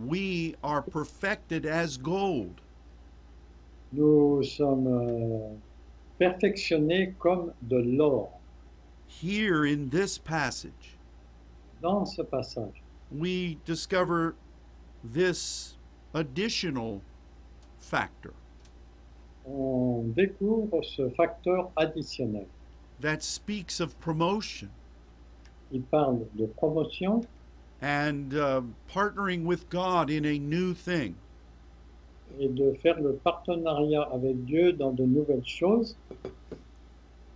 S1: we are perfected as gold.
S2: nous sommes euh, perfectionnés comme de l'or
S1: Here in this passage,
S2: dans ce passage.
S1: we discover this additional factor.
S2: On découvre ce facteur additionnel.
S1: that speaks of promotion
S2: Il parle de promotion
S1: and uh, partnering with God in a new thing.
S2: et de faire le partenariat avec Dieu dans de nouvelles choses.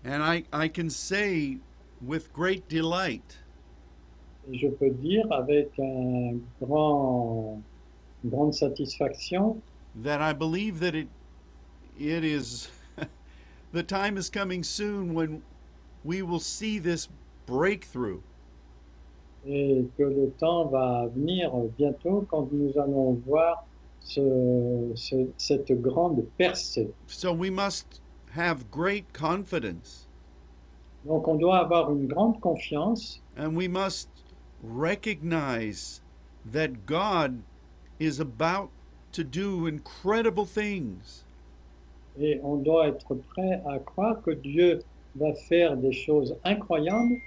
S1: And I, I can say with great delight
S2: Et je peux dire avec un grand, une grande satisfaction
S1: that I believe that it it is the time is coming soon when we will see this breakthrough
S2: et que le temps va venir bientôt quand nous allons voir ce- ce- cette grande percée.
S1: so we must have great confidence
S2: Donc on doit avoir une grande confiance
S1: and we must recognize that God is about to do incredible things
S2: et on doit être prêt à croire que Dieu va faire des choses incroyables.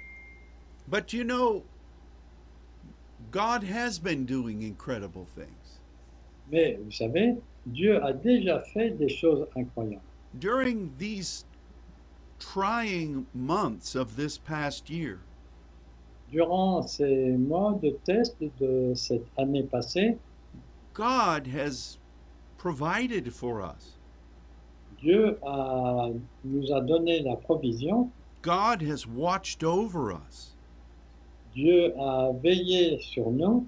S1: But you know, God has been doing incredible things.
S2: Mais vous savez, Dieu a déjà fait des choses incroyables.
S1: During these trying months of this past year,
S2: Durant ces mois de test de cette année passée,
S1: God has provided for us.
S2: Dieu a- nous a donné la provision,
S1: God has watched over us.
S2: Dieu a veillé sur nous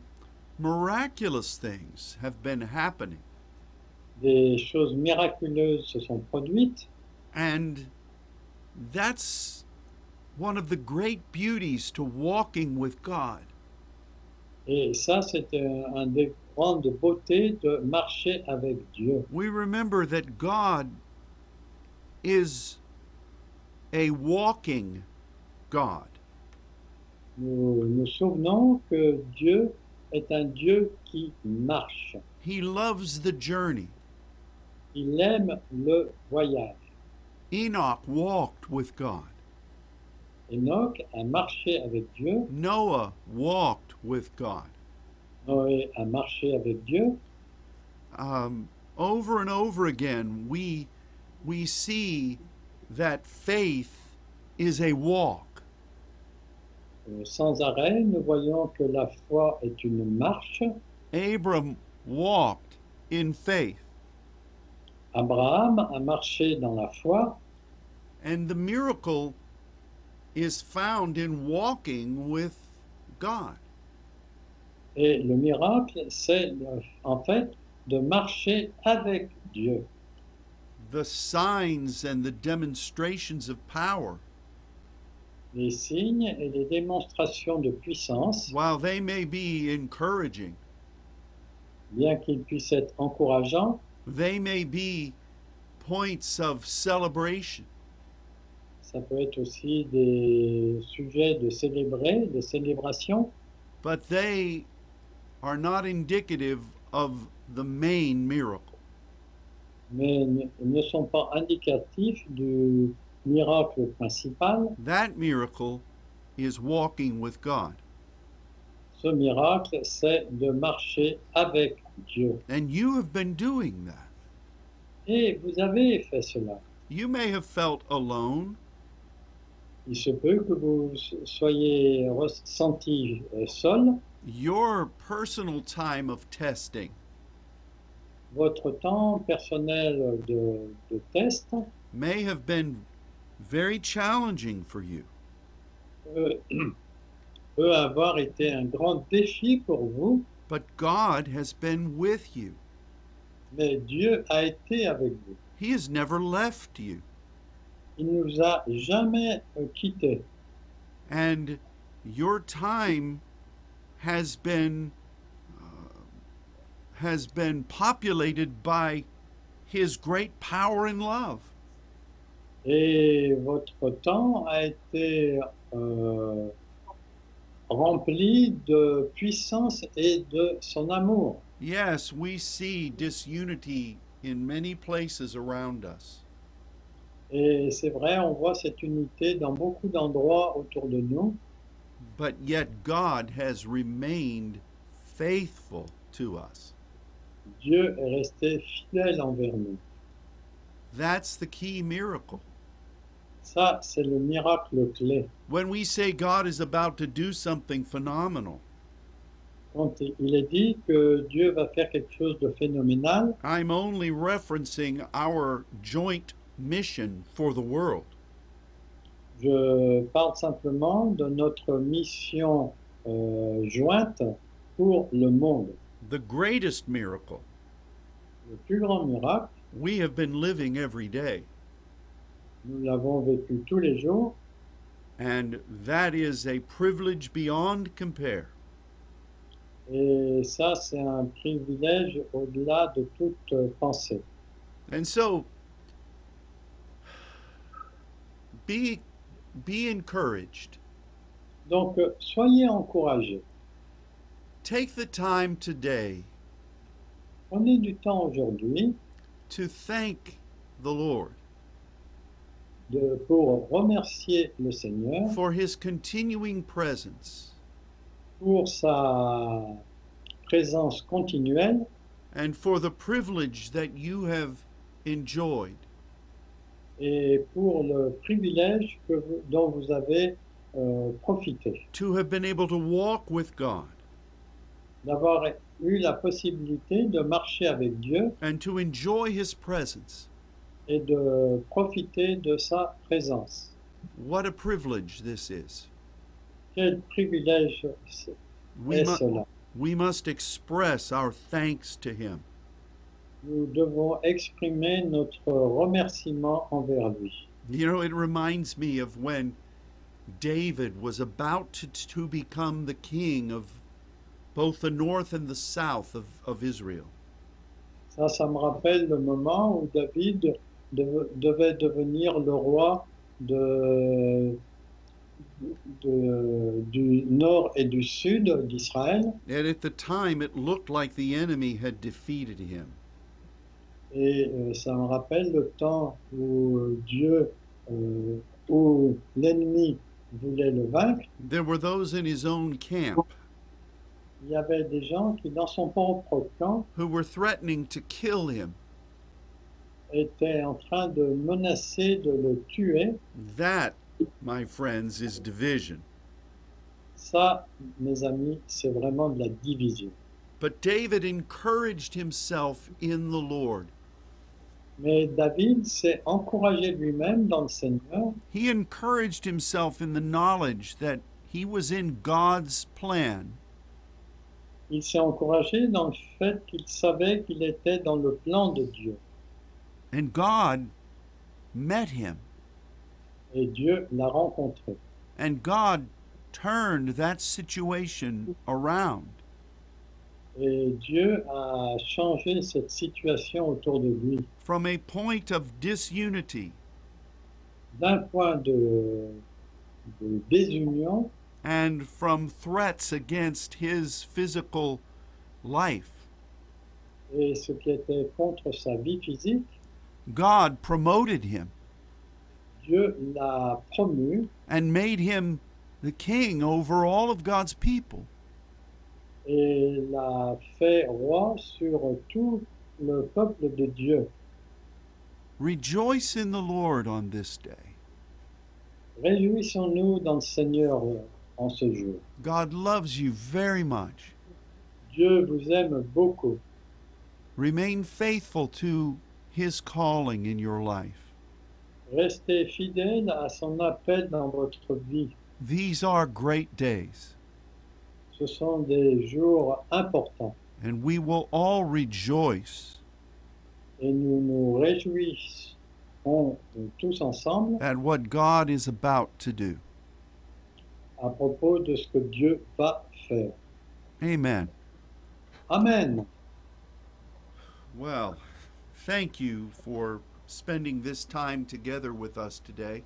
S1: Miraculous things have been happening.
S2: Des choses miraculeuses se sont produites
S1: And that's one of the great beauties to walking with God.
S2: et ça, c'est un, un des grandes beautés de marcher avec Dieu.
S1: We remember that God is a walking God.
S2: Nous nous souvenons que Dieu est un Dieu qui marche.
S1: He loves the journey.
S2: Il aime le voyage.
S1: Enoch walked with God.
S2: Enoch a marché avec Dieu,
S1: Noah walked with God.
S2: Noé a marché avec Dieu,
S1: Um, over and over again, we, we see that faith is a walk.
S2: Euh, sans arrêt, nous voyons que la foi est une marche.
S1: Abram walked in faith.
S2: Abraham a marché dans la foi
S1: And the miracle is found in walking with God.
S2: et le miracle, c'est euh, en fait de marcher avec Dieu.
S1: The signs and the demonstrations of power,
S2: Les signes et les démonstrations de puissance,
S1: while they may be encouraging,
S2: bien qu'ils puissent être encourageants,
S1: they may be points of celebration.
S2: ça peut être aussi des sujets de célébrer, des célébrations,
S1: But they are not indicative of the main miracle.
S2: mais ne- ne sont pas indicatifs du miracle principal.
S1: That miracle is walking with God.
S2: Ce miracle, c'est de marcher avec Dieu.
S1: And you have been doing that.
S2: Et vous avez fait cela.
S1: You may have felt alone,
S2: Il se peut que vous soyez ressenti euh, seul.
S1: your personal time of testing
S2: Votre temps personnel de, de test
S1: may have been very challenging for you.
S2: peut, peut avoir été un grand défi pour vous,
S1: But God has been with you.
S2: mais Dieu a été avec vous.
S1: He has never left you.
S2: Il nous a jamais euh, quittés
S1: And your time has been uh, has been populated by his great power and love.
S2: et votre temps a été euh, rempli de puissance et de son amour.
S1: Yes, we see disunity in many places around us.
S2: Et c'est vrai, on voit cette unité dans beaucoup d'endroits autour de nous,
S1: But yet God has remained faithful to us.
S2: Dieu est resté fidèle envers nous.
S1: That's the key miracle.
S2: Ça, c'est le miracle clé.
S1: When we say God is about to do something phenomenal,
S2: Quand il est dit que Dieu va faire quelque chose de phénoménal,
S1: I'm only referencing our joint mission for the world.
S2: je parle simplement de notre mission euh, jointe pour le monde.
S1: The greatest miracle
S2: Le plus grand miracle,
S1: we have been living every day,
S2: nous l'avons vécu tous les jours,
S1: and that is a privilege beyond compare.
S2: et ça, c'est un privilège au-delà de toute euh, pensée.
S1: And so be be encouraged.
S2: Donc, euh, soyez encouragés.
S1: Take the time today
S2: Prenez du temps aujourd'hui
S1: to thank the Lord
S2: de- pour remercier le Seigneur
S1: for his continuing presence
S2: pour sa présence continuelle
S1: and for the privilege that you have enjoyed.
S2: et pour le privilège que vous- dont vous avez euh, profité,
S1: to have been able to walk with God
S2: d'avoir eu la possibilité de marcher avec Dieu
S1: and to enjoy His presence.
S2: et de profiter de sa présence.
S1: What a privilege this is.
S2: Quel privilège c'est-
S1: We,
S2: est
S1: mu-
S2: cela
S1: we must express our thanks to him.
S2: Nous devons exprimer notre remerciement envers lui.
S1: You know, it reminds me of when David was about to, to become the king of both the north and the south of, of Israel.
S2: Ça, ça me rappelle le moment où David de- devait devenir le roi de- de- du nord et du sud d'Israël.
S1: And at the time, it looked like the enemy had defeated him.
S2: Et euh, ça me rappelle le temps où euh, Dieu, euh, où l'ennemi voulait le vaincre.
S1: There were those in his own camp
S2: Il y avait des gens qui, dans son propre camp,
S1: who were threatening to kill him.
S2: étaient en train de menacer de le tuer.
S1: That, my friends, is division.
S2: Ça, mes amis, c'est vraiment de la division.
S1: But David encouraged himself in the Lord.
S2: Mais David s'est encouragé lui-même dans le Seigneur.
S1: He encouraged himself in the knowledge that he was in God's plan
S2: Il s'est encouragé dans le fait qu'il savait qu'il était dans le plan de Dieu.
S1: and God met him
S2: Et Dieu l'a rencontré.
S1: and God turned that situation around.
S2: Et Dieu a changé cette situation autour de lui.
S1: From a point of disunity
S2: D'un point de, de désunion
S1: and from threats against his physical life,
S2: et ce qui était contre sa vie physique,
S1: God promoted him
S2: Dieu l'a promu
S1: and made him the king over all of God's people.
S2: et l'a fait roi sur tout le peuple de Dieu.
S1: Rejoice in the Lord on this day.
S2: Réjouissons-nous dans le Seigneur en ce jour.
S1: God loves you very much.
S2: Dieu vous aime beaucoup.
S1: Remain faithful to his calling in your life.
S2: Restez fidèles à son appel dans votre vie.
S1: These are great days,
S2: Ce sont des jours importants
S1: and we will all rejoice
S2: et nous nous réjouissons tous ensemble
S1: at what God is about to do.
S2: à propos de ce que Dieu va faire.
S1: Amen.
S2: Amen.
S1: Well, thank you for spending this time together with us today.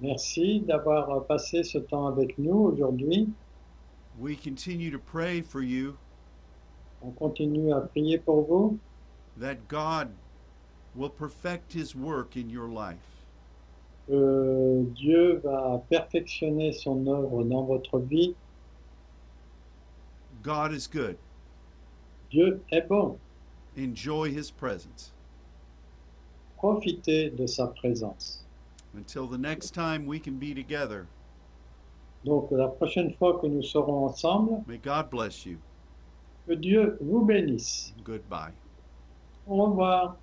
S2: Merci d'avoir passé ce temps avec nous aujourd'hui.
S1: We continue to pray for you
S2: On continue à prier pour vous,
S1: that God will perfect his work in your life.
S2: que Dieu va perfectionner son œuvre dans votre vie.
S1: God is good.
S2: Dieu est bon.
S1: Enjoy his presence.
S2: Profitez de sa présence.
S1: Until the next time we can be together,
S2: Donc la prochaine fois que nous serons ensemble,
S1: may God bless you.
S2: que Dieu vous bénisse.
S1: Goodbye.
S2: Au revoir.